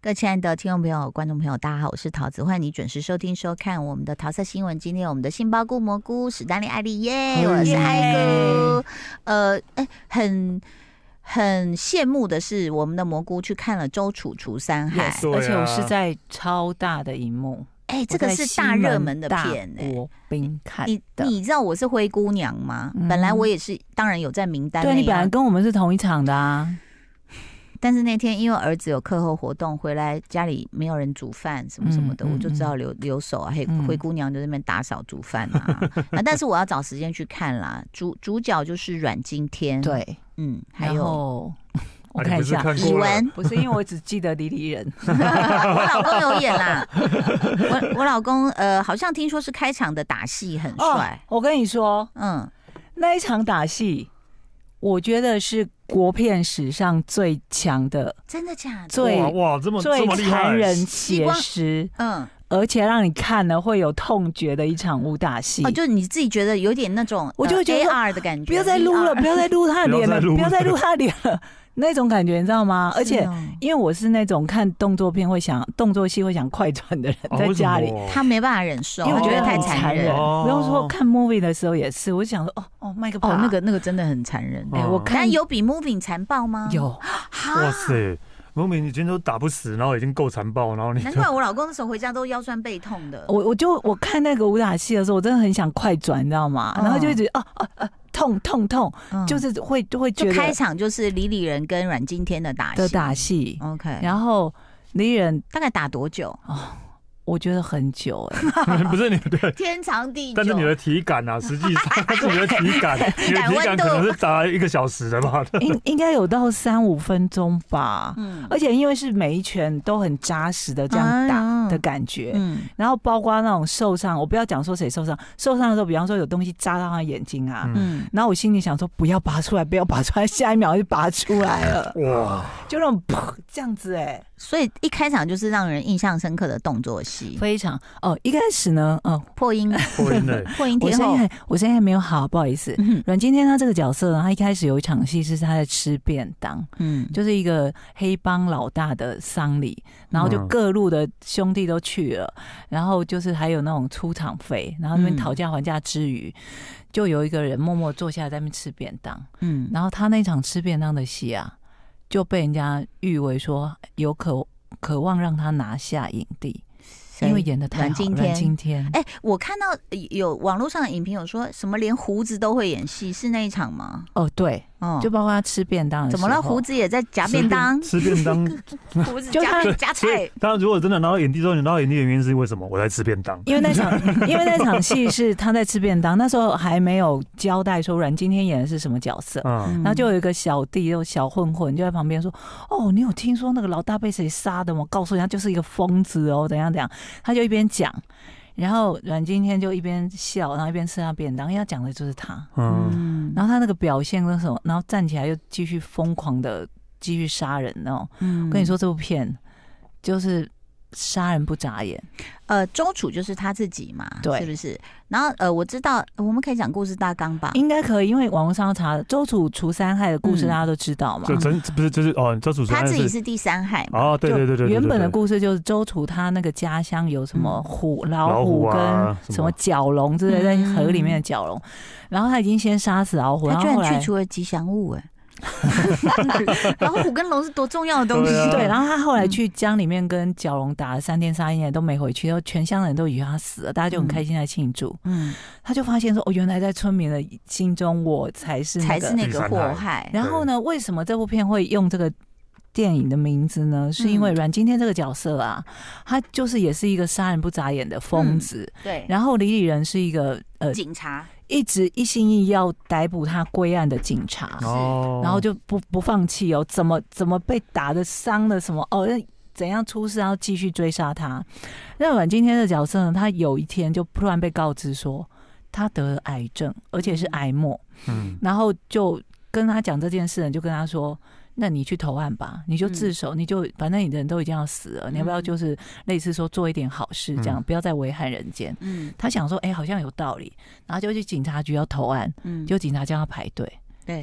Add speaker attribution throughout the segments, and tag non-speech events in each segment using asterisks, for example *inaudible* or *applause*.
Speaker 1: 各位亲爱的听众朋友、观众朋友，大家好，我是桃子，欢迎你准时收听、收看我们的桃色新闻。今天我们的杏鲍菇、蘑菇、史丹利、艾丽耶，
Speaker 2: 哦
Speaker 3: 嗨
Speaker 1: 我是艾菇。呃，哎，很很羡慕的是，我们的蘑菇去看了周楚除三害，
Speaker 3: Yes 对啊
Speaker 2: 而且我是在超大的荧幕，
Speaker 1: 哎，这个
Speaker 2: 我在
Speaker 1: 是
Speaker 2: 西
Speaker 1: 大热门的片
Speaker 2: 大
Speaker 1: 哎、
Speaker 2: 国宾看
Speaker 1: 你
Speaker 2: 的。
Speaker 1: 你知道我是灰姑娘吗？
Speaker 2: 嗯
Speaker 1: 本来我也是，当然有在名单内、
Speaker 2: 对
Speaker 1: 啊。
Speaker 2: 你本来跟我们是同一场的啊，
Speaker 1: 但是那天因为儿子有课后活动回来，家里没有人煮饭什么什么的，
Speaker 2: 嗯嗯
Speaker 1: 我就知道留留守啊，黑
Speaker 2: 嗯
Speaker 1: 灰姑娘就在那边打扫煮饭啊啊。但是我要找时间去看啦。主主角就是阮经天，，
Speaker 2: 对，
Speaker 1: 嗯，还
Speaker 2: 然
Speaker 1: 有
Speaker 2: 后我
Speaker 3: *laughs* 啊
Speaker 2: 看一
Speaker 3: 你不是
Speaker 2: 下，
Speaker 3: 看
Speaker 1: 以
Speaker 3: 过了？ *laughs*
Speaker 1: 文
Speaker 2: *laughs* ，不是因为我只记得李李
Speaker 1: *laughs*
Speaker 2: 人，
Speaker 1: 我老公有演啦。我我老公呃，好像听说是开场的打戏很帅，
Speaker 2: 哦。我跟你说，
Speaker 1: 嗯，
Speaker 2: 那一场打戏，我觉得是国片史上最强的、
Speaker 1: 真的假的？
Speaker 2: 最
Speaker 3: 哇哇，这么这
Speaker 2: 最
Speaker 3: 么厉害
Speaker 2: 残！忍、写实，
Speaker 1: 嗯，
Speaker 2: 而且让你看了会有痛觉的一场武打戏。
Speaker 1: 哦，就你自己觉得有点那种，
Speaker 2: 我就
Speaker 1: 呃
Speaker 2: 会觉得说
Speaker 1: AR 的感觉，
Speaker 2: 不要再撸了，
Speaker 1: VR
Speaker 2: 不要再撸他的脸了，
Speaker 3: 不
Speaker 2: 不
Speaker 3: 要
Speaker 2: 要
Speaker 3: 再
Speaker 2: 再
Speaker 3: 撸
Speaker 2: 撸他的脸了，那种感觉你知道吗？而
Speaker 1: 是
Speaker 2: 且
Speaker 1: 哦
Speaker 2: 因为我是那种看动作片会想动作戏会想快转的人，
Speaker 3: 哦
Speaker 2: 在家里，
Speaker 3: 为什么
Speaker 1: 他没办法忍受，
Speaker 2: 因为我觉得
Speaker 1: 太
Speaker 2: 很
Speaker 1: 残
Speaker 2: 残
Speaker 1: 忍
Speaker 2: 忍。。
Speaker 3: 哦
Speaker 2: 然后说看 movie 的时候也是，我就想说，哦哦，麦克
Speaker 1: 哦，那个那个真的很残忍。
Speaker 3: 嗯
Speaker 2: 哎，我
Speaker 1: 但
Speaker 2: 看
Speaker 1: 有比 Moving 残暴吗？，
Speaker 2: 有，
Speaker 3: 哇塞，农民已经都打不死，然后已经够残暴，然后你
Speaker 1: 难
Speaker 3: 就
Speaker 1: 怪我老公那时候回家都腰酸背痛的。
Speaker 2: 我我就我看那个武打戏的时候，我真的很想快转，你知道吗？
Speaker 1: 嗯
Speaker 2: 然后就一直哦哦哦，痛痛痛，
Speaker 1: 嗯
Speaker 2: 就是会会觉
Speaker 1: 就
Speaker 2: 得
Speaker 1: 开场就是李李仁跟阮经天的打戏哦
Speaker 2: 的打戏，
Speaker 1: ，OK，然后
Speaker 2: 然后李人
Speaker 1: 大概打多久？
Speaker 2: 我觉得很久哎。 *laughs*
Speaker 3: 不是你 *laughs* 对。
Speaker 1: 天长地久。
Speaker 3: 但是你的体感啊，实际上
Speaker 2: *laughs*
Speaker 3: 但是你的体感，你的体
Speaker 1: 温
Speaker 3: 感
Speaker 1: 度
Speaker 3: 可能是打一个小时
Speaker 2: *laughs*
Speaker 3: 的吧？
Speaker 2: 应应该有到三五分钟吧。
Speaker 1: 嗯
Speaker 2: 而且因为是每一拳都很扎实的这样
Speaker 1: 哎
Speaker 2: 打
Speaker 1: 呦
Speaker 2: 的感觉，
Speaker 1: 嗯
Speaker 2: 然后包括那种受伤，我不要讲说谁受伤，受伤的时候，比方说有东西扎到他眼睛啊，
Speaker 3: 嗯
Speaker 1: 嗯，
Speaker 2: 然后我心里想说不要拔出来，不要拔出来， *laughs* 下一秒就拔出来了，
Speaker 3: 哇，
Speaker 2: 就那种噗这样子哎、
Speaker 1: 所以一开场就是让人印象深刻的动作戏，
Speaker 2: 非常哦。一开始呢，嗯，
Speaker 1: 破
Speaker 2: *laughs*
Speaker 1: 音
Speaker 3: 破音嘞！
Speaker 1: 破音
Speaker 2: 我
Speaker 1: 天
Speaker 2: 声音
Speaker 1: 后。
Speaker 2: 还我声音还没有好，不好意思。
Speaker 1: 嗯
Speaker 2: 阮经天他这个角色呢，他一开始有一场戏是他在吃便当，
Speaker 1: 嗯，
Speaker 2: 就是一个黑帮老大的丧礼，然后就
Speaker 3: 嗯
Speaker 2: 各路的兄弟都去了，然后就是还有那种出场费，然后那
Speaker 1: 嗯
Speaker 2: 边讨价还价之余，就有一个人默默坐下来在那边吃便当，
Speaker 1: 嗯，
Speaker 2: 然后他那场吃便当的戏啊，就被人家誉为说有渴渴望让他拿下影帝，
Speaker 1: 谁
Speaker 2: 因为演的太
Speaker 1: 阮
Speaker 2: 好，
Speaker 1: 经
Speaker 2: 阮
Speaker 1: 天。
Speaker 2: 经天。
Speaker 1: 哎、我看到呃有网络上的影评有说什么连胡子都会演戏，是那一场吗？
Speaker 2: 哦，对，
Speaker 1: 哦，
Speaker 2: 就包括他吃便当的
Speaker 1: 怎么了？
Speaker 2: 时候
Speaker 1: 胡子也在夹便当，
Speaker 3: 吃便吃便
Speaker 2: *laughs*
Speaker 3: 当，
Speaker 1: *laughs* 胡子
Speaker 2: 就
Speaker 1: 夹
Speaker 2: 他
Speaker 1: 夹
Speaker 3: 所以
Speaker 1: 菜。
Speaker 3: 当然，如果真的拿到影帝之后，你拿到影帝的原因是为什么？我在吃便当。
Speaker 2: 因为
Speaker 1: *laughs*
Speaker 2: 那场，因为那场戏是他在吃便当，那时候还没有交代说阮经天演的是什么角色，
Speaker 3: 嗯，
Speaker 1: 嗯
Speaker 2: 然后就有一个小弟，就小混混，就在旁边说：“哦，你有听说那个老大被谁杀的吗？告诉人家就是一个疯子哦，怎样怎样。”他就一边讲，然后阮经天就一边笑，然后一边吃他便当，因为他讲的就是他。
Speaker 3: 嗯，
Speaker 1: 嗯
Speaker 2: 然后他那个表现跟什么，然后站起来又继续疯狂的继续杀人哦。
Speaker 1: 嗯
Speaker 2: 我跟你，说，这部片就是杀人不眨眼，
Speaker 1: 呃，周楚就是他自己嘛，
Speaker 2: 对
Speaker 1: 是不是？然后呃，我知道呃我们可以讲故事大纲吧。
Speaker 2: 应该可以，因为网络上查周楚除三害的故事，
Speaker 1: 嗯
Speaker 2: 大家都知道嘛。
Speaker 3: 就真不是就是哦，这主持
Speaker 1: 他
Speaker 3: 人
Speaker 1: 自己是第三害嘛，
Speaker 3: 哦，对对对对，对
Speaker 2: 就原本的
Speaker 3: 对
Speaker 2: 故事就是周楚他那个家乡有什么虎、老
Speaker 3: 老虎
Speaker 2: 虎
Speaker 3: 啊
Speaker 2: 跟
Speaker 3: 什
Speaker 2: 什
Speaker 3: 么
Speaker 2: 么角龙之类，在
Speaker 1: 嗯
Speaker 2: 河里面的角龙，然后他已经先杀死老虎，然
Speaker 1: 他居
Speaker 2: 后后
Speaker 1: 然
Speaker 2: 来
Speaker 1: 去除了吉祥物、
Speaker 2: *laughs*
Speaker 1: 哎，然后虎跟龙是多重要的东西，
Speaker 3: 对啊
Speaker 2: 对，然后他后来去江里面跟角龙打了三天三夜都没回去，然后全乡人都以为他死了，大家就很开心在庆祝。
Speaker 1: 嗯，
Speaker 2: 他就发现说，哦，原来在村民的心中我才是那
Speaker 1: 才
Speaker 2: 个
Speaker 1: 是那个
Speaker 3: 第三
Speaker 1: 祸
Speaker 3: 害
Speaker 1: 害。
Speaker 2: 嗯然后呢，为什么这部片会用这个电影的名字呢？是因为阮经天这个角色啊，他就是也是一个杀人不眨眼的疯子。
Speaker 1: 对，
Speaker 2: 然后李李仁是一个呃，
Speaker 1: 警察，
Speaker 2: 一直一心一意要逮捕他归案的警察，
Speaker 3: 哦，
Speaker 2: 然后就不不放弃哦，怎么怎么被打的伤的什么哦，那怎样出事，然后继续追杀他。那阮经天的角色呢，他有一天就突然被告知说他得了癌症，而且是癌末。
Speaker 3: 嗯
Speaker 2: 然后就跟他讲这件事，就跟他说：“那你去投案吧，你就
Speaker 3: 嗯
Speaker 2: 自首，你就反正你的人都已经要死了，你要不要
Speaker 1: 嗯
Speaker 2: 就是类似说做一点好事，这样、
Speaker 3: 嗯
Speaker 2: 不要再危害人间。”
Speaker 1: 嗯
Speaker 2: 他想说：“哎、好像有道理。”然后就去警察局要投案，
Speaker 1: 嗯，
Speaker 2: 就警察叫他排队， *laughs* 对，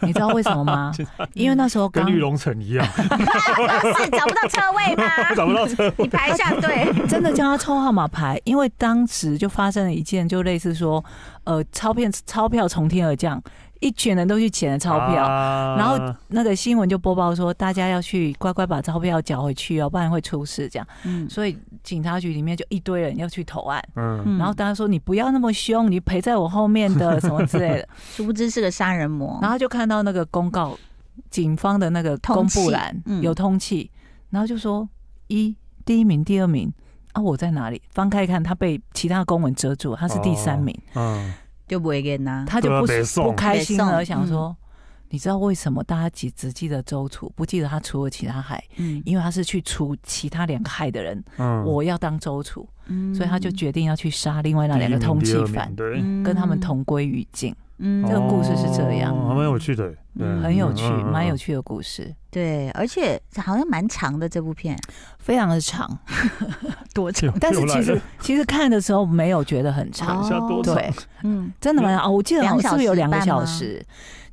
Speaker 2: 你知道为什么
Speaker 3: *laughs*
Speaker 2: 吗？因为那时候
Speaker 3: 嗯跟
Speaker 2: 刚
Speaker 3: 绿龙城一样， *laughs*
Speaker 1: 是找不到车位
Speaker 2: *laughs*
Speaker 1: 吗？
Speaker 3: 找不到车。
Speaker 1: 你排一下队。
Speaker 2: 真的叫他抽号码牌，因为当时就发生了一件，就类似说，呃，钞票钞票从天而降，一群人都去捡了钞票，
Speaker 3: 啊
Speaker 2: 然
Speaker 1: 嗯
Speaker 2: 后那个新闻就播报说，大家要去乖乖把钞票缴回去哦，不然会出事这样。
Speaker 1: 嗯
Speaker 2: 所以警察局里面就一堆人要去投案，
Speaker 3: 嗯，
Speaker 2: 然后大家说你不要那么凶，你陪在我后面的什么
Speaker 1: *laughs*
Speaker 2: 之类的，
Speaker 1: 殊不知是个杀人魔。
Speaker 2: 然后就看到那个公告，警方的那个公布栏
Speaker 1: 通气嗯
Speaker 2: 有通气，然后就说一第一名、第二名啊，我在哪里？翻开看，他被其他公文遮住，他是第三
Speaker 1: 哦
Speaker 2: 名，
Speaker 3: 嗯，
Speaker 1: 就不会给拿。
Speaker 2: 他就
Speaker 3: 对啊
Speaker 2: 不
Speaker 3: 北宋
Speaker 2: 不开心
Speaker 1: 北
Speaker 2: 了，
Speaker 1: 宋
Speaker 2: 想说。你知道为什么大家只只记得周楚，不记得他除了其他海？
Speaker 1: 嗯
Speaker 2: 因为他是去除其他两个害的人，
Speaker 3: 嗯，
Speaker 2: 我要当州处，
Speaker 1: 嗯
Speaker 2: 所以他就决定要去杀另外那
Speaker 3: 第一
Speaker 2: 两个
Speaker 3: 名
Speaker 2: 通
Speaker 3: 第二
Speaker 2: 缉
Speaker 3: 名
Speaker 2: 犯，
Speaker 3: 对，
Speaker 1: 嗯
Speaker 2: 跟他们。同归于尽。
Speaker 1: 嗯
Speaker 2: 这个故事是这样
Speaker 3: 哦还蛮有趣的，对
Speaker 1: 嗯
Speaker 2: 很有趣，
Speaker 3: 嗯嗯嗯
Speaker 2: 蛮有趣的故事，
Speaker 1: 对，而且好像蛮长的这部片，
Speaker 2: 非常的长。 *laughs*
Speaker 1: 多
Speaker 3: 又
Speaker 2: 但是
Speaker 3: 又来
Speaker 2: 其
Speaker 3: 了
Speaker 2: 实其实看的时候没有觉得很
Speaker 3: 看
Speaker 2: 长，
Speaker 1: 哦
Speaker 3: 一下多长
Speaker 2: 哦对，
Speaker 1: 嗯，
Speaker 2: 真的蛮长。哦，我记得好像是不是有两
Speaker 1: 两
Speaker 2: 个小
Speaker 1: 小时半吗
Speaker 2: 时？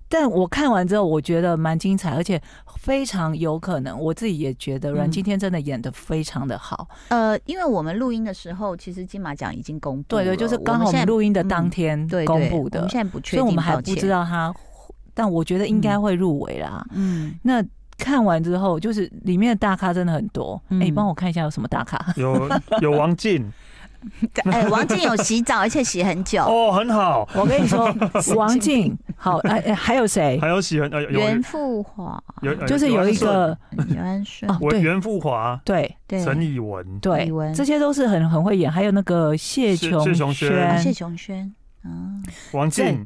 Speaker 2: 但我看完之后，我觉得蛮精彩，而且非常有可能，我自己也觉得阮
Speaker 1: 嗯
Speaker 2: 经天真的演的非常的好。
Speaker 1: 呃，因为我们录音的时候，其实金马奖已经公布
Speaker 2: 对
Speaker 1: 了，
Speaker 2: 对，就是刚好我
Speaker 1: 哦现在
Speaker 2: 们录音的
Speaker 1: 嗯
Speaker 2: 当天
Speaker 1: 对对
Speaker 2: 公布的
Speaker 1: 我们，现在不确
Speaker 2: 所以
Speaker 1: 定，
Speaker 2: 我们还
Speaker 1: 抱
Speaker 2: 不
Speaker 1: 歉
Speaker 2: 知。道他，但我觉得应该会入围啦。
Speaker 1: 嗯，
Speaker 2: 那看完之后，就是里面的大咖真的很多。哎、
Speaker 1: 嗯
Speaker 2: 你帮我看一下有什么
Speaker 1: *laughs*
Speaker 2: 大咖？
Speaker 3: 有有王
Speaker 2: *laughs*
Speaker 3: 静
Speaker 1: 哎，王静有洗澡，而且洗很久。
Speaker 3: 嗯哦，很好，
Speaker 2: 我跟你说，王
Speaker 1: 神经
Speaker 2: 静，
Speaker 1: *laughs*
Speaker 2: 好，哎、哎还有谁？
Speaker 3: 还有喜欢呃有
Speaker 1: 袁富
Speaker 3: *laughs*
Speaker 1: 华，
Speaker 3: 有有
Speaker 2: 就是有一个
Speaker 1: 袁安顺
Speaker 2: 哦，
Speaker 3: 我
Speaker 2: 对
Speaker 3: 袁富华、
Speaker 2: 对
Speaker 1: 对，
Speaker 3: 陈以文，
Speaker 2: 对
Speaker 1: 李玟，
Speaker 2: 这些都是很很会演。还有那个谢
Speaker 3: 谢
Speaker 2: 琼
Speaker 3: 谢琼轩
Speaker 1: 啊
Speaker 2: 轩
Speaker 1: 谢，琼轩，啊，
Speaker 3: 王静，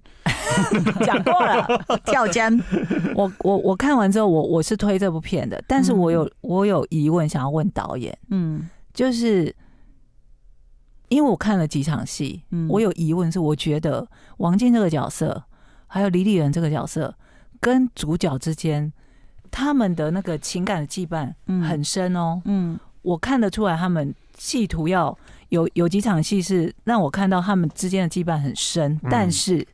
Speaker 2: 讲过了。
Speaker 1: *laughs* 跳针，
Speaker 2: 我我我看完之后，我我是推这部片的，但是我有、
Speaker 1: 嗯
Speaker 2: 我有疑问想要问导演，
Speaker 1: 嗯
Speaker 2: 就是因为我看了几场戏，
Speaker 1: 嗯，
Speaker 2: 我有疑问是，我觉得王静这个角色，还有李李仁这个角色，跟主角之间，他们的那个情感的羁绊
Speaker 1: 嗯
Speaker 2: 很深哦。
Speaker 1: 嗯
Speaker 2: 我看得出来，他们企图要有有几场戏是让我看到他们之间的羁绊很深，
Speaker 3: 嗯
Speaker 2: 但是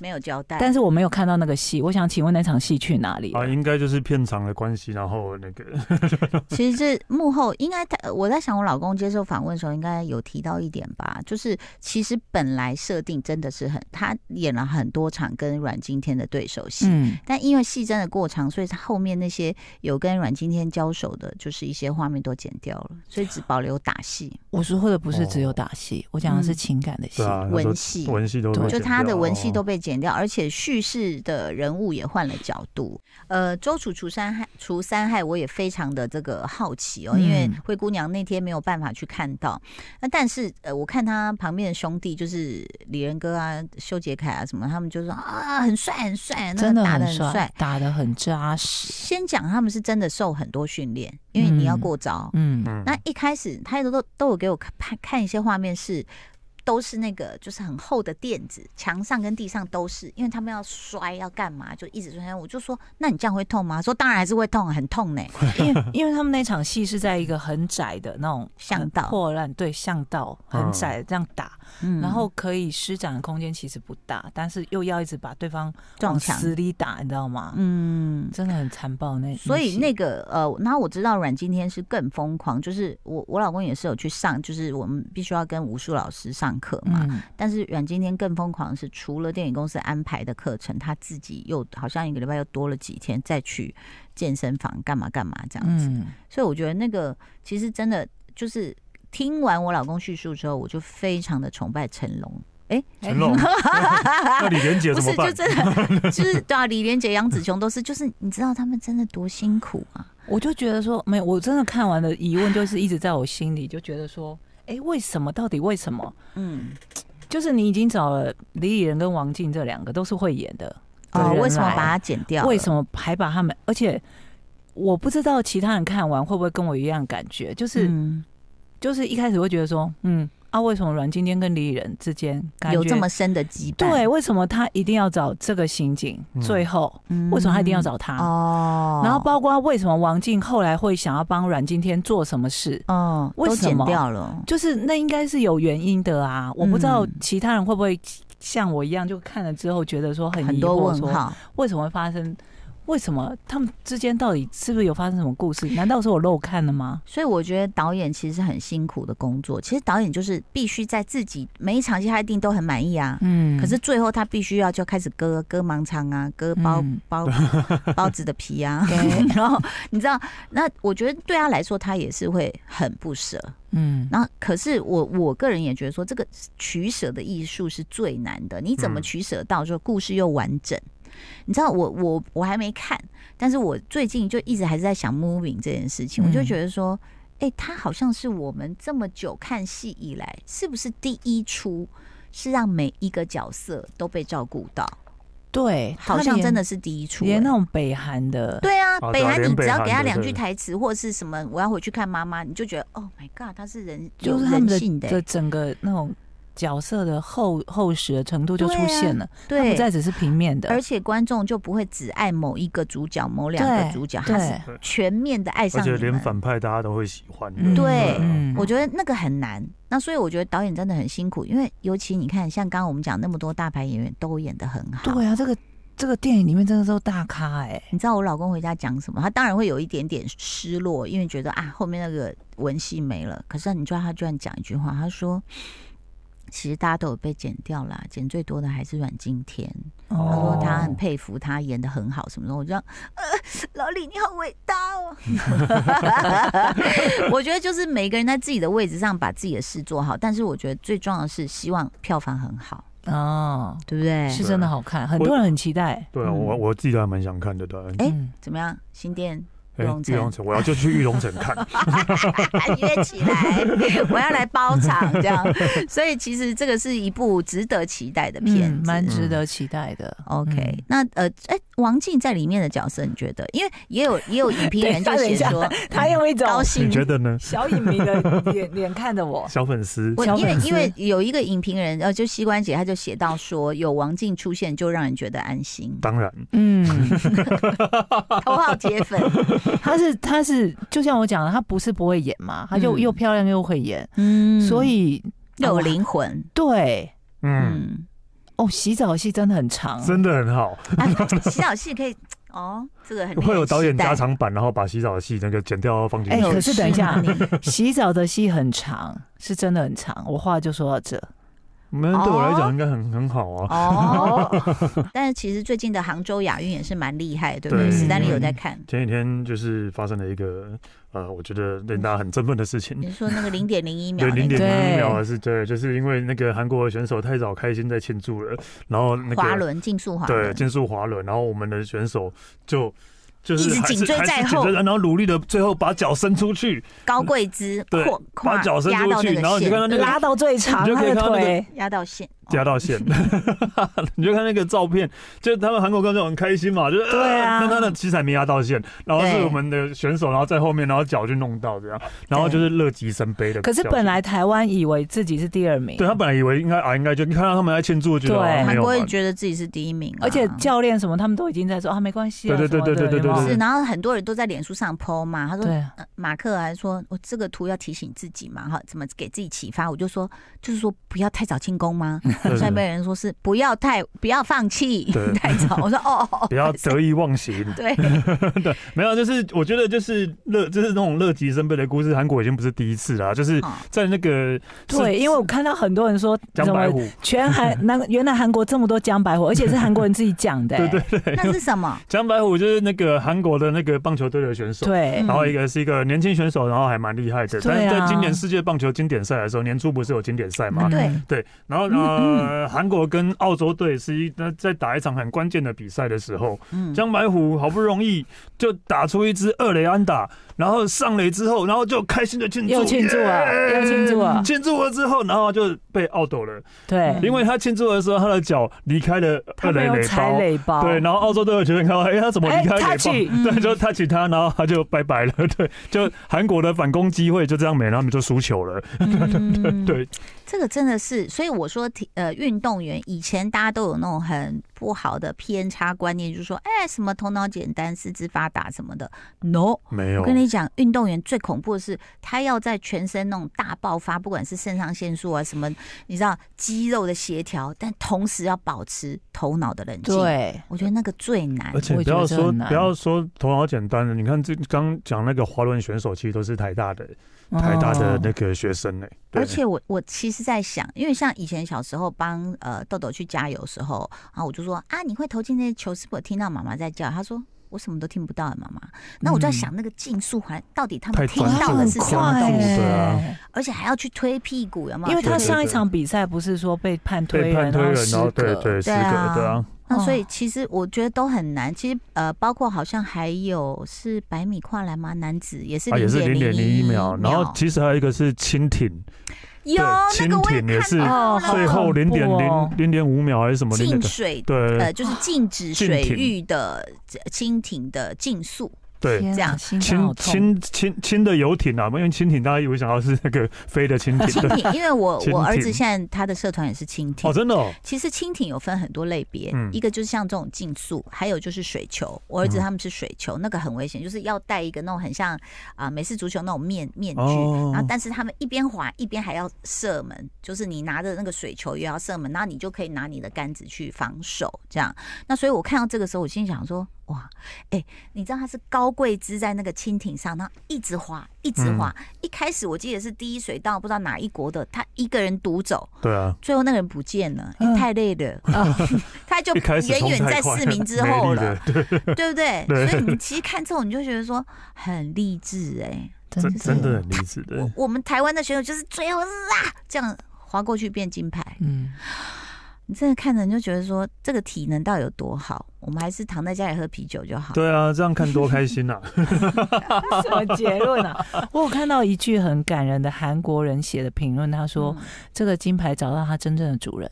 Speaker 1: 没有交代，
Speaker 2: 但是我没有看到那个戏。我想请问那场戏去哪里了？
Speaker 1: 哦
Speaker 3: 啊，应该就是片场的关系，然后那个
Speaker 1: 其实这幕后应该他，呃我在想，我老公接受访问的时候应该有提到一点吧，就是其实本来设定真的是很，他演了很多场跟阮经天的对手戏。
Speaker 2: 嗯，
Speaker 1: 但因为戏真的过长，所以他后面那些有跟阮经天交手的，就是一些画面都剪掉了，所以只保留打戏、
Speaker 2: 我说的不
Speaker 1: 哦
Speaker 2: 是只有打戏，我讲的
Speaker 1: 嗯
Speaker 2: 是情感的戏
Speaker 3: *laughs* 对。啊，那时候
Speaker 1: 文戏，
Speaker 3: 文戏都被
Speaker 2: 对
Speaker 1: 就
Speaker 3: 剪
Speaker 1: 他的
Speaker 3: 掉哦
Speaker 1: 文
Speaker 2: 哦
Speaker 1: 戏都被剪掉，而且叙事的人物也换了角度。呃，周楚除三害，除三害，我也非常的这个好奇哦，
Speaker 2: 嗯
Speaker 1: 因为灰姑娘那天没有办法去看到。那但是呃，我看他旁边的兄弟就是李仁哥啊、修杰楷啊什么，他们就说啊，很帅很帅，那
Speaker 2: 真的
Speaker 1: 个打的
Speaker 2: 很
Speaker 1: 很帅
Speaker 2: 帅，。打的很扎实。
Speaker 1: 先讲他们是真的受很多训练，因为你要过招。
Speaker 2: 嗯，
Speaker 3: 嗯
Speaker 1: 那一开始他都都都有给我看看一些画面是。都是那个，就是很厚的垫子，墙上跟地上都是，因为他们要摔要干嘛，就一直摔。我就说，那你这样会痛吗？说当然还是会痛，很痛
Speaker 2: *laughs*
Speaker 1: 呢。
Speaker 2: 因为因为他们那场戏是在一个很窄的那种
Speaker 1: 巷
Speaker 2: 很
Speaker 1: 道
Speaker 2: 破烂对巷道很窄的这样打，
Speaker 1: 嗯
Speaker 2: 然后可以施展的空间其实不大，但是又要一直把对方
Speaker 1: 撞
Speaker 2: 往
Speaker 1: 墙，
Speaker 2: 死里打，你知道吗？
Speaker 1: 嗯，
Speaker 2: 真的很残暴那。
Speaker 1: 所以
Speaker 2: 戏
Speaker 1: 那个呃，然后我知道阮经天是更疯狂，就是我我老公也是有去上，就是我们必须要跟武术老师上课嘛，
Speaker 2: 嗯
Speaker 1: 但是阮经天更疯狂的是，除了电影公司安排的课程，他自己又好像一个礼拜又多了几天再去健身房干嘛干嘛这样子。
Speaker 2: 嗯，
Speaker 1: 所以我觉得那个其实真的就是听完我老公叙述之后，我就非常的崇拜成
Speaker 2: *laughs*
Speaker 1: 龙。
Speaker 3: 成龙，那李连杰
Speaker 1: 不
Speaker 3: 怎么
Speaker 1: 是，就
Speaker 3: 办？
Speaker 1: 真
Speaker 2: *laughs*
Speaker 1: 的就是对啊，李连杰、杨紫琼都是，就是你知道他们真的多辛苦啊。
Speaker 2: 我就觉得说，没有，我真的看完的疑问就是一直在我心里，就觉得说，哎、为什么？到底为什么？
Speaker 1: 嗯，
Speaker 2: 就是你已经找了李李仁跟王静这两个都是会演的，
Speaker 1: 哦，
Speaker 2: 对
Speaker 1: 为什么
Speaker 2: 原来
Speaker 1: 把它剪掉了？
Speaker 2: 为什么还把他们？而且我不知道其他人看完会不会跟我一样感觉，就是、
Speaker 1: 嗯
Speaker 2: 就是一开始会觉得说，嗯啊，为什么阮经天跟李李仁之间感觉
Speaker 1: 有这么深的羁绊？
Speaker 2: 对？为什么他一定要找这个刑警？
Speaker 3: 嗯
Speaker 2: 最后
Speaker 1: 嗯，
Speaker 2: 为什么他一定要找他？
Speaker 1: 哦？
Speaker 2: 然后包括为什么王静后来会想要帮阮经天做什么事，
Speaker 1: 哦，
Speaker 2: 为
Speaker 1: 都
Speaker 2: 什
Speaker 1: 剪
Speaker 2: 么
Speaker 1: 掉了。
Speaker 2: 就是那应该是有原因的啊！我不知道
Speaker 1: 嗯
Speaker 2: 其他人会不会像我一样，就看了之后觉得说很
Speaker 1: 很
Speaker 2: 疑
Speaker 1: 多
Speaker 2: 惑
Speaker 1: 问
Speaker 2: 说
Speaker 1: 号。
Speaker 2: 为什么会发生？为什么他们之间到底是不是有发生什么故事？难道是我漏看了吗？
Speaker 1: 所以我觉得导演其实很辛苦的工作。其实导演就是必须在自己每一场戏他一定都很满意啊，
Speaker 2: 嗯
Speaker 1: 可是最后他必须要就开始割割盲肠啊，割包、
Speaker 2: *laughs* 嗯
Speaker 1: 包包子的皮啊。
Speaker 2: 对，
Speaker 1: 然后 *laughs* 你知道，那我觉得对他来说，他也是会很不舍。
Speaker 2: 嗯，
Speaker 1: 那可是我我个人也觉得说，这个取舍的艺术是最难的。你怎么
Speaker 3: 嗯
Speaker 1: 取舍到说故事又完整？你知道我我我还没看，但是我最近就一直还是在想《Moving》这件事情，我就
Speaker 2: 嗯
Speaker 1: 觉得说，哎、它好像是我们这么久看戏以来，是不是第一出是让每一个角色都被照顾到？
Speaker 2: 对，
Speaker 1: 好
Speaker 2: 他
Speaker 1: 像
Speaker 2: 连
Speaker 1: 真的是第一出、
Speaker 2: 连那
Speaker 1: 诶
Speaker 2: 种哦北韩的，
Speaker 1: 对啊，
Speaker 3: 啊
Speaker 1: 北
Speaker 3: 对啊
Speaker 1: 韩
Speaker 3: 连
Speaker 1: 你
Speaker 3: 北
Speaker 1: 只要
Speaker 3: 韩
Speaker 1: 给他
Speaker 3: 的
Speaker 1: 两
Speaker 3: 对
Speaker 1: 句台词或是什么，我要回去看妈妈，你就觉得，Oh my God，他是人有
Speaker 2: 就是他
Speaker 1: 人
Speaker 2: 们的
Speaker 1: 性的、
Speaker 2: 的整个那种角色的厚厚实的程度就
Speaker 1: 对
Speaker 2: 出
Speaker 1: 啊
Speaker 2: 现了，它
Speaker 1: 对，
Speaker 2: 不再只是平面的，
Speaker 1: 而且观众就不会只爱某一个主角、某两个
Speaker 2: 对
Speaker 1: 主角，他是
Speaker 2: 对，
Speaker 1: 全面的爱
Speaker 3: 而
Speaker 1: 上你
Speaker 3: 且连
Speaker 1: 们。
Speaker 3: 反派大家都会喜欢的。
Speaker 2: 嗯
Speaker 1: 对
Speaker 2: 嗯
Speaker 1: 我觉得那个很难，那所以我觉得导演真的很辛苦，因为尤其你看，像刚刚我们讲那么多大牌演员都演得很好。
Speaker 2: 对啊，这个这个电影里面真的都大咖哎、
Speaker 1: 你知道我老公回家讲什么？他当然会有一点点失落，因为觉得啊后面那个文戏没了。可是你知道他居然讲一句话，他说：“其实大家都有被剪掉啦，剪最多的还是阮经天。”他说
Speaker 3: 哦
Speaker 1: 他很佩服他演的很好什么的，我就这样，呃，老李你好伟大哦。 *laughs* 我觉得就是每个人在自己的位置上把自己的事做好，但是我觉得最重要的是希望票房很好，
Speaker 2: 哦，
Speaker 1: 对不对？
Speaker 2: 是真的好看，很多人很期待。
Speaker 3: 对啊，
Speaker 2: 嗯
Speaker 3: 我我自己都还蛮想看的，对啊。
Speaker 1: 哎
Speaker 2: 嗯
Speaker 1: 怎么样？新店
Speaker 3: 哎
Speaker 1: 玉龙城
Speaker 3: 玉龙城，我要就去玉龙城
Speaker 1: *laughs*
Speaker 3: 看。
Speaker 1: 约起来，我要来包场这样。所以其实这个是一部值得期待的片
Speaker 2: 嗯
Speaker 1: 子，
Speaker 2: 蛮值得期待的。
Speaker 1: OK，、
Speaker 2: 嗯
Speaker 1: 那呃，哎、王静在里面的角色，你觉得？因为也有也有影评
Speaker 2: *laughs*
Speaker 1: 人就
Speaker 2: 等一
Speaker 1: 写
Speaker 2: 下
Speaker 1: 说， *laughs*
Speaker 2: 他用一种
Speaker 1: 高兴
Speaker 3: 你觉得呢？
Speaker 2: 小影迷的脸脸看着我，
Speaker 3: 小粉丝，
Speaker 1: 我
Speaker 2: 小
Speaker 1: 因为
Speaker 2: 粉丝
Speaker 1: 因为有一个影评人，呃，就膝关节，他就写到说，有王静出现就让人觉得安心
Speaker 3: *laughs* 当然，
Speaker 2: 嗯，
Speaker 1: 头号铁
Speaker 3: *laughs*
Speaker 1: 粉。
Speaker 2: 他是他是就像我讲的，他不是不会演嘛，他就
Speaker 1: 嗯
Speaker 2: 又漂亮又会演，
Speaker 1: 嗯
Speaker 2: 所以
Speaker 1: 又有
Speaker 2: 啊
Speaker 1: 灵魂。
Speaker 2: 对
Speaker 3: *laughs* 嗯，
Speaker 1: 嗯，
Speaker 2: 哦，洗澡戏真的很长，
Speaker 3: 真的很好，
Speaker 1: 啊，洗澡戏可以哦，这个很令人
Speaker 3: 会有导演
Speaker 1: 期待
Speaker 3: 加。长版，然后把洗澡的戏那个剪掉放进
Speaker 2: 哎
Speaker 3: 去。
Speaker 2: 可是等一下
Speaker 1: 有趣吗
Speaker 2: 洗澡的戏很长，是真的很长。我话就说到这，
Speaker 3: 那嗯对我来讲应该很很好啊。
Speaker 1: 哦， *laughs* 但是其实最近的杭州亚运也是蛮厉害，对不对？
Speaker 3: 对嗯
Speaker 1: 史丹利有在看。
Speaker 3: 前几天就是发生了一个呃，我觉得令大家很振奋的事情。
Speaker 1: 你说那个零点零一秒
Speaker 3: 对，
Speaker 1: 那个，
Speaker 3: 零点零
Speaker 2: 对
Speaker 3: 一秒啊是对，就是因为那个韩国的选手太早开心在庆祝了，然后那
Speaker 1: 滑
Speaker 3: 个
Speaker 1: 轮竞速滑
Speaker 3: 对
Speaker 1: 轮，
Speaker 3: 竞速滑轮，然后我们的选手就就是
Speaker 1: 一直
Speaker 3: 还是
Speaker 1: 紧追
Speaker 3: 还是
Speaker 1: 在
Speaker 3: 紧
Speaker 1: 后
Speaker 3: 追然后努力的最后把脚伸出去，
Speaker 1: 高贵姿
Speaker 3: 对
Speaker 1: 跨
Speaker 3: 把
Speaker 1: 跨
Speaker 3: 脚伸
Speaker 1: 压
Speaker 3: 出
Speaker 1: 到
Speaker 3: 去，
Speaker 1: 那
Speaker 3: 然后
Speaker 1: 个
Speaker 3: 你就看
Speaker 1: 线，
Speaker 3: 到那个
Speaker 2: 拉到最长，
Speaker 3: 你就
Speaker 2: 他
Speaker 3: 可
Speaker 2: 的
Speaker 3: 以看到那个
Speaker 2: 腿，
Speaker 1: 压到线，哦
Speaker 3: 加到线， *laughs* 你就看那个照片，就他们韩国观众很开心嘛，就是
Speaker 2: 对啊
Speaker 3: 呃但他的其实还没压到线，然后
Speaker 1: 对
Speaker 3: 是我们的选手，然后在后面，然后脚就弄到这样，然后就是乐极生悲的。
Speaker 2: 可是本来台湾以为自己是第二名，
Speaker 3: 对他本来以为应该啊，应该就你看到他们在庆祝，觉得
Speaker 2: 对
Speaker 3: 啊没
Speaker 1: 韩
Speaker 3: 有
Speaker 1: 国也
Speaker 3: 嘛，
Speaker 1: 觉得自己是第一名啊，
Speaker 2: 而且教练什么他们都已经在说啊，没关系啊，
Speaker 3: 对对对
Speaker 2: 什么的
Speaker 3: 对对对
Speaker 2: 有没有
Speaker 1: 是，然后很多人都在脸书上 PO 嘛，他说
Speaker 2: 对
Speaker 1: 呃马克还说我这个图要提醒自己嘛，哈，怎么给自己启发？我就说就是说不要太早进攻吗？
Speaker 3: 对对
Speaker 1: 下
Speaker 3: 对
Speaker 1: 面有人说是不要太不要放弃
Speaker 3: 对
Speaker 1: *laughs* 太早，我说哦，哦
Speaker 3: 不要
Speaker 1: 是
Speaker 3: 得意忘
Speaker 2: *laughs*
Speaker 3: 形。
Speaker 1: 对，
Speaker 3: 没有，就是我觉得就是乐，就是那种乐极生悲的故事，韩国已经不是第一次了，就是
Speaker 1: 哦
Speaker 3: 在那个
Speaker 2: 对，因为我看到很多人说
Speaker 3: 江
Speaker 2: 什
Speaker 3: 白
Speaker 2: 么
Speaker 3: 虎，
Speaker 2: 全韩那原来韩国这么多江白虎，而且是韩国人自己讲的、
Speaker 3: *laughs* 对对
Speaker 1: 那是什么？
Speaker 3: 江白虎就是那个韩国的那个棒球队的选手。
Speaker 2: 哎对
Speaker 1: 嗯
Speaker 3: 然后一个是一个年轻选手，然后还蛮厉害的。
Speaker 2: 对啊
Speaker 3: 但是在今年世界棒球经典赛的时候，年初不是有经典赛嘛
Speaker 2: 嗯？
Speaker 1: 对
Speaker 3: 对，然后呃，韩国跟澳洲队是一那在打一场很关键的比赛的时候， *laughs*
Speaker 1: 嗯，
Speaker 3: 江白虎好不容易就打出一支二雷安打，然后上垒之后，然后就开心的庆祝，
Speaker 2: 又庆祝啊
Speaker 3: 耶
Speaker 2: 又庆祝啊
Speaker 3: 庆祝了之后，然后就被懊斗了，
Speaker 2: 对，
Speaker 3: 因为他庆祝的时候，他的脚离开了
Speaker 2: 他
Speaker 3: 二
Speaker 2: 们
Speaker 3: 垒
Speaker 2: 有
Speaker 3: 垒
Speaker 2: 踩
Speaker 3: 包。
Speaker 2: 垒包，
Speaker 3: 对，然后澳洲队的球员看到，哎、他怎么
Speaker 2: 哎
Speaker 3: 离开垒包？
Speaker 2: ，touch
Speaker 3: 对，就 touch 他，然后他就拜拜了。 *laughs* 对，就韩国的反攻机会就这样没了，然后他们就输球了。
Speaker 1: 嗯
Speaker 3: 对，
Speaker 1: 这个真的是，所以我说体呃运动员，以前大家都有那种很不好的偏差观念，就是说，哎，什么头脑简单、四肢发达什么的。No，
Speaker 3: 没有
Speaker 1: 我，跟你讲，运动员最恐怖的是，他要在全身那种大爆发，不管是肾上腺素啊什么，你知道肌肉的协调，但同时要保持头脑的冷静。，
Speaker 2: 对，
Speaker 1: 我觉得那个最难
Speaker 3: 而。且
Speaker 2: 我也
Speaker 3: 不
Speaker 2: 觉得
Speaker 3: 要
Speaker 2: 这
Speaker 3: 说
Speaker 2: 很难
Speaker 3: 不要说头脑简单的，你看这刚讲那个滑轮选手，其实都是台大的
Speaker 2: 哦
Speaker 3: 台大的那个学生呢、欸对
Speaker 1: 而且我我其实在想，因为像以前小时候帮呃豆豆去加油的时候，然后我就说啊，你会投进那些球，是不是有听到妈妈在叫？他说我什么都听不到，啊妈妈。那
Speaker 2: 嗯
Speaker 1: 我就在想，那个竞速环到底他们
Speaker 3: 太
Speaker 1: 听
Speaker 3: 专
Speaker 1: 到的
Speaker 3: 注
Speaker 1: 是
Speaker 3: 了
Speaker 1: 什么
Speaker 3: 很
Speaker 1: 东
Speaker 3: 快
Speaker 1: 西？
Speaker 3: 欸对啊
Speaker 1: 而且还要去推屁股，有没有？
Speaker 2: 因为
Speaker 3: 对
Speaker 2: 他
Speaker 3: 对
Speaker 2: 上一
Speaker 3: 对
Speaker 2: 场比赛不是说被判推
Speaker 3: 被判
Speaker 2: 人，
Speaker 3: 推人，然
Speaker 2: 然
Speaker 3: 后
Speaker 2: 后
Speaker 3: 对
Speaker 2: 失格
Speaker 3: 对失
Speaker 1: 对
Speaker 3: 格，
Speaker 1: 啊
Speaker 3: 对啊，
Speaker 1: 那所以
Speaker 2: 哦
Speaker 1: 其实我觉得都很难。其实呃，包括好像还有是百米跨栏吗？男子也是
Speaker 3: 啊也是零
Speaker 1: 零
Speaker 3: 点
Speaker 1: 点
Speaker 3: 零一秒，然后其实还有一个是蜻蜓，
Speaker 1: 有那
Speaker 3: 对
Speaker 1: 个我
Speaker 3: 蜻蜓也是
Speaker 1: 看到
Speaker 2: 哦
Speaker 1: 了，
Speaker 2: 好
Speaker 3: 最后零
Speaker 2: 恐怖
Speaker 3: 点
Speaker 2: 哦
Speaker 3: 零零点五秒还是什么零点
Speaker 1: 进，水呃
Speaker 3: 对
Speaker 1: 就是禁止
Speaker 3: 禁
Speaker 1: 水
Speaker 3: 停
Speaker 1: 域的呃蜻蜓的竞速，
Speaker 3: 对，
Speaker 2: 天
Speaker 1: 这样
Speaker 2: 啊心脏
Speaker 3: 轻
Speaker 2: 好痛，
Speaker 3: 轻轻轻的游艇啊，因为蜻蜓大家以为想到是那个飞的蜻
Speaker 2: 啊
Speaker 3: 蜓，
Speaker 1: 蜻
Speaker 3: 对
Speaker 1: 蜓。因为我
Speaker 3: 蜻蜓
Speaker 1: 我儿子现在他的社团也是蜻蜓
Speaker 3: *laughs* 哦，。真的哦，
Speaker 1: 其实蜻蜓有分很多类别，
Speaker 3: 嗯
Speaker 1: 一个就是像这种竞速，还有就是水球。我儿子
Speaker 3: 嗯
Speaker 1: 他们是水球，那个很危险，就是要戴一个那种很像啊、美式足球那种面面具，
Speaker 3: 哦
Speaker 1: 然后但是他们一边滑一边还要射门，就是你拿着那个水球也要射门，然后你就可以拿你的杆子去防守这样。那所以我看到这个时候，我心里想说，哇，哎、你知道他是高贵姿在那个蜻蜓上，然后一直滑，一直
Speaker 3: 嗯
Speaker 1: 滑。一开始我记得是第一水道，不知道哪一国的，他一个人独走，
Speaker 3: 对啊，
Speaker 1: 最后那个人不见了，因为
Speaker 2: 嗯
Speaker 1: 太累
Speaker 2: *laughs*
Speaker 1: 了，哦他就
Speaker 3: 一开始
Speaker 1: 远
Speaker 3: 冲
Speaker 1: 远
Speaker 3: 太
Speaker 1: 在
Speaker 3: 快
Speaker 1: 四名之
Speaker 3: 没
Speaker 1: 后
Speaker 3: 力
Speaker 1: 了，
Speaker 3: 对，
Speaker 1: 对不对？
Speaker 3: 对
Speaker 1: 所以你其实看这种，你就觉得说很励志哎、
Speaker 3: 真真的，很励志的。
Speaker 1: 我们台湾的选手就是最后是啊，这样划过去变金牌，
Speaker 2: 嗯，
Speaker 1: 你真的看着你就觉得说这个体能到底有多好，我们还是躺在家里喝啤酒就好。
Speaker 3: 对啊，这样看多开心啊
Speaker 2: *laughs*
Speaker 3: 呐！
Speaker 2: 什么结论啊？ *laughs* 我有看到一句很感人的韩国人写的评论，他说
Speaker 1: 嗯，
Speaker 2: 这个金牌找到它真正的主人，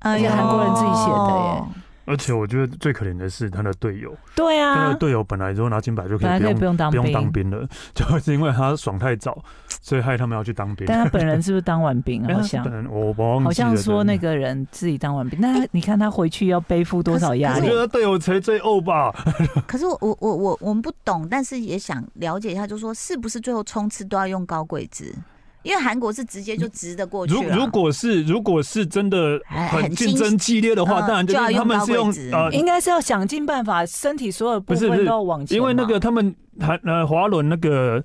Speaker 1: 而
Speaker 2: 而呃且韩国人自己写的耶
Speaker 1: 哦
Speaker 3: 而且我觉得最可怜的是他的队友，
Speaker 2: 对
Speaker 3: 他
Speaker 2: 啊
Speaker 3: 的，队友本来如果拿金牌就可
Speaker 2: 本来
Speaker 3: 以不
Speaker 2: 可以
Speaker 3: 用
Speaker 2: 不用当
Speaker 3: 不用当
Speaker 2: 兵，
Speaker 3: 兵了， *laughs* 就是因为他爽太早，所以害他们要去当兵。
Speaker 2: 但他本人是不是当完兵？啊
Speaker 3: *laughs* 哎
Speaker 2: 好
Speaker 3: 他
Speaker 2: 像
Speaker 3: 本人我我忘记
Speaker 2: 好像
Speaker 3: 了
Speaker 2: 说那。
Speaker 3: 真的
Speaker 2: 个人自己当完兵，那你看他回去要背负多
Speaker 3: *laughs*
Speaker 2: 少压
Speaker 3: 我
Speaker 1: 哎可
Speaker 2: 力
Speaker 3: 觉？得队友才最欧吧，
Speaker 1: 可是我我我我我们不懂，但是也想了解一下，就说是不是最后冲刺都要用高贵值？因为韩国是直接就直的过去
Speaker 3: 如
Speaker 1: 了。啊
Speaker 3: 如果是如果是真的
Speaker 1: 哎
Speaker 3: 很
Speaker 1: 很
Speaker 3: 竞
Speaker 1: 精
Speaker 3: 争激烈的
Speaker 1: 嗯
Speaker 3: 话，当然
Speaker 1: 就要
Speaker 3: 是
Speaker 1: 用
Speaker 3: 他们
Speaker 1: 高
Speaker 3: 是
Speaker 1: 位
Speaker 3: 用
Speaker 1: 置
Speaker 3: 呃
Speaker 2: 应该是要想尽办法，身体所有部
Speaker 3: 不是不
Speaker 2: 分
Speaker 3: 是
Speaker 2: 都要往前嘛。
Speaker 3: 因为那个他们韩呃滑轮那个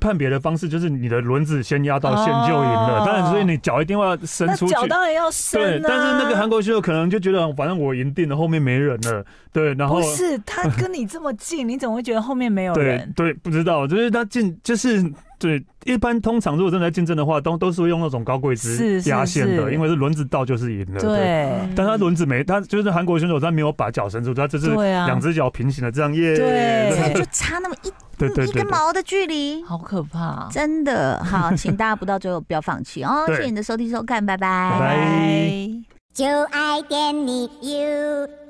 Speaker 3: 判别的方式就是你的轮子先压到线就赢
Speaker 2: 哦
Speaker 3: 了，当然所以你脚一定要伸
Speaker 2: 那
Speaker 3: 出去。
Speaker 2: 脚当然要
Speaker 3: 对
Speaker 2: 伸，啊。
Speaker 3: 但是那个韩国选手可能就觉得，反正我赢定了，后面没人了。对，然后
Speaker 2: 不是
Speaker 3: *laughs*
Speaker 2: 他跟你这么近，你怎么会觉得后面没有
Speaker 3: 对
Speaker 2: 人？
Speaker 3: 对，不知道，就是他竞，就是对，一般通常如果真的在竞争的话，都都是会用那种高贵姿
Speaker 2: 是是
Speaker 3: 压线的，
Speaker 2: 是
Speaker 3: 因为是轮子到就是赢了。
Speaker 2: 对
Speaker 3: 但他轮子没，他就是韩国选手，他没有把脚伸出，他只是
Speaker 2: 对啊
Speaker 3: 两只脚平行的这样耶。
Speaker 2: 对
Speaker 1: 真的就差那么一
Speaker 3: 对对
Speaker 1: 一
Speaker 3: 对
Speaker 1: 根毛的距离，
Speaker 2: 好可怕。啊
Speaker 1: 真的好，请大家不到最后不要放弃哦。
Speaker 3: 对
Speaker 1: 谢谢你的收听收看，
Speaker 3: 拜拜
Speaker 1: 拜
Speaker 2: 拜。
Speaker 4: 就爱点你 UFO。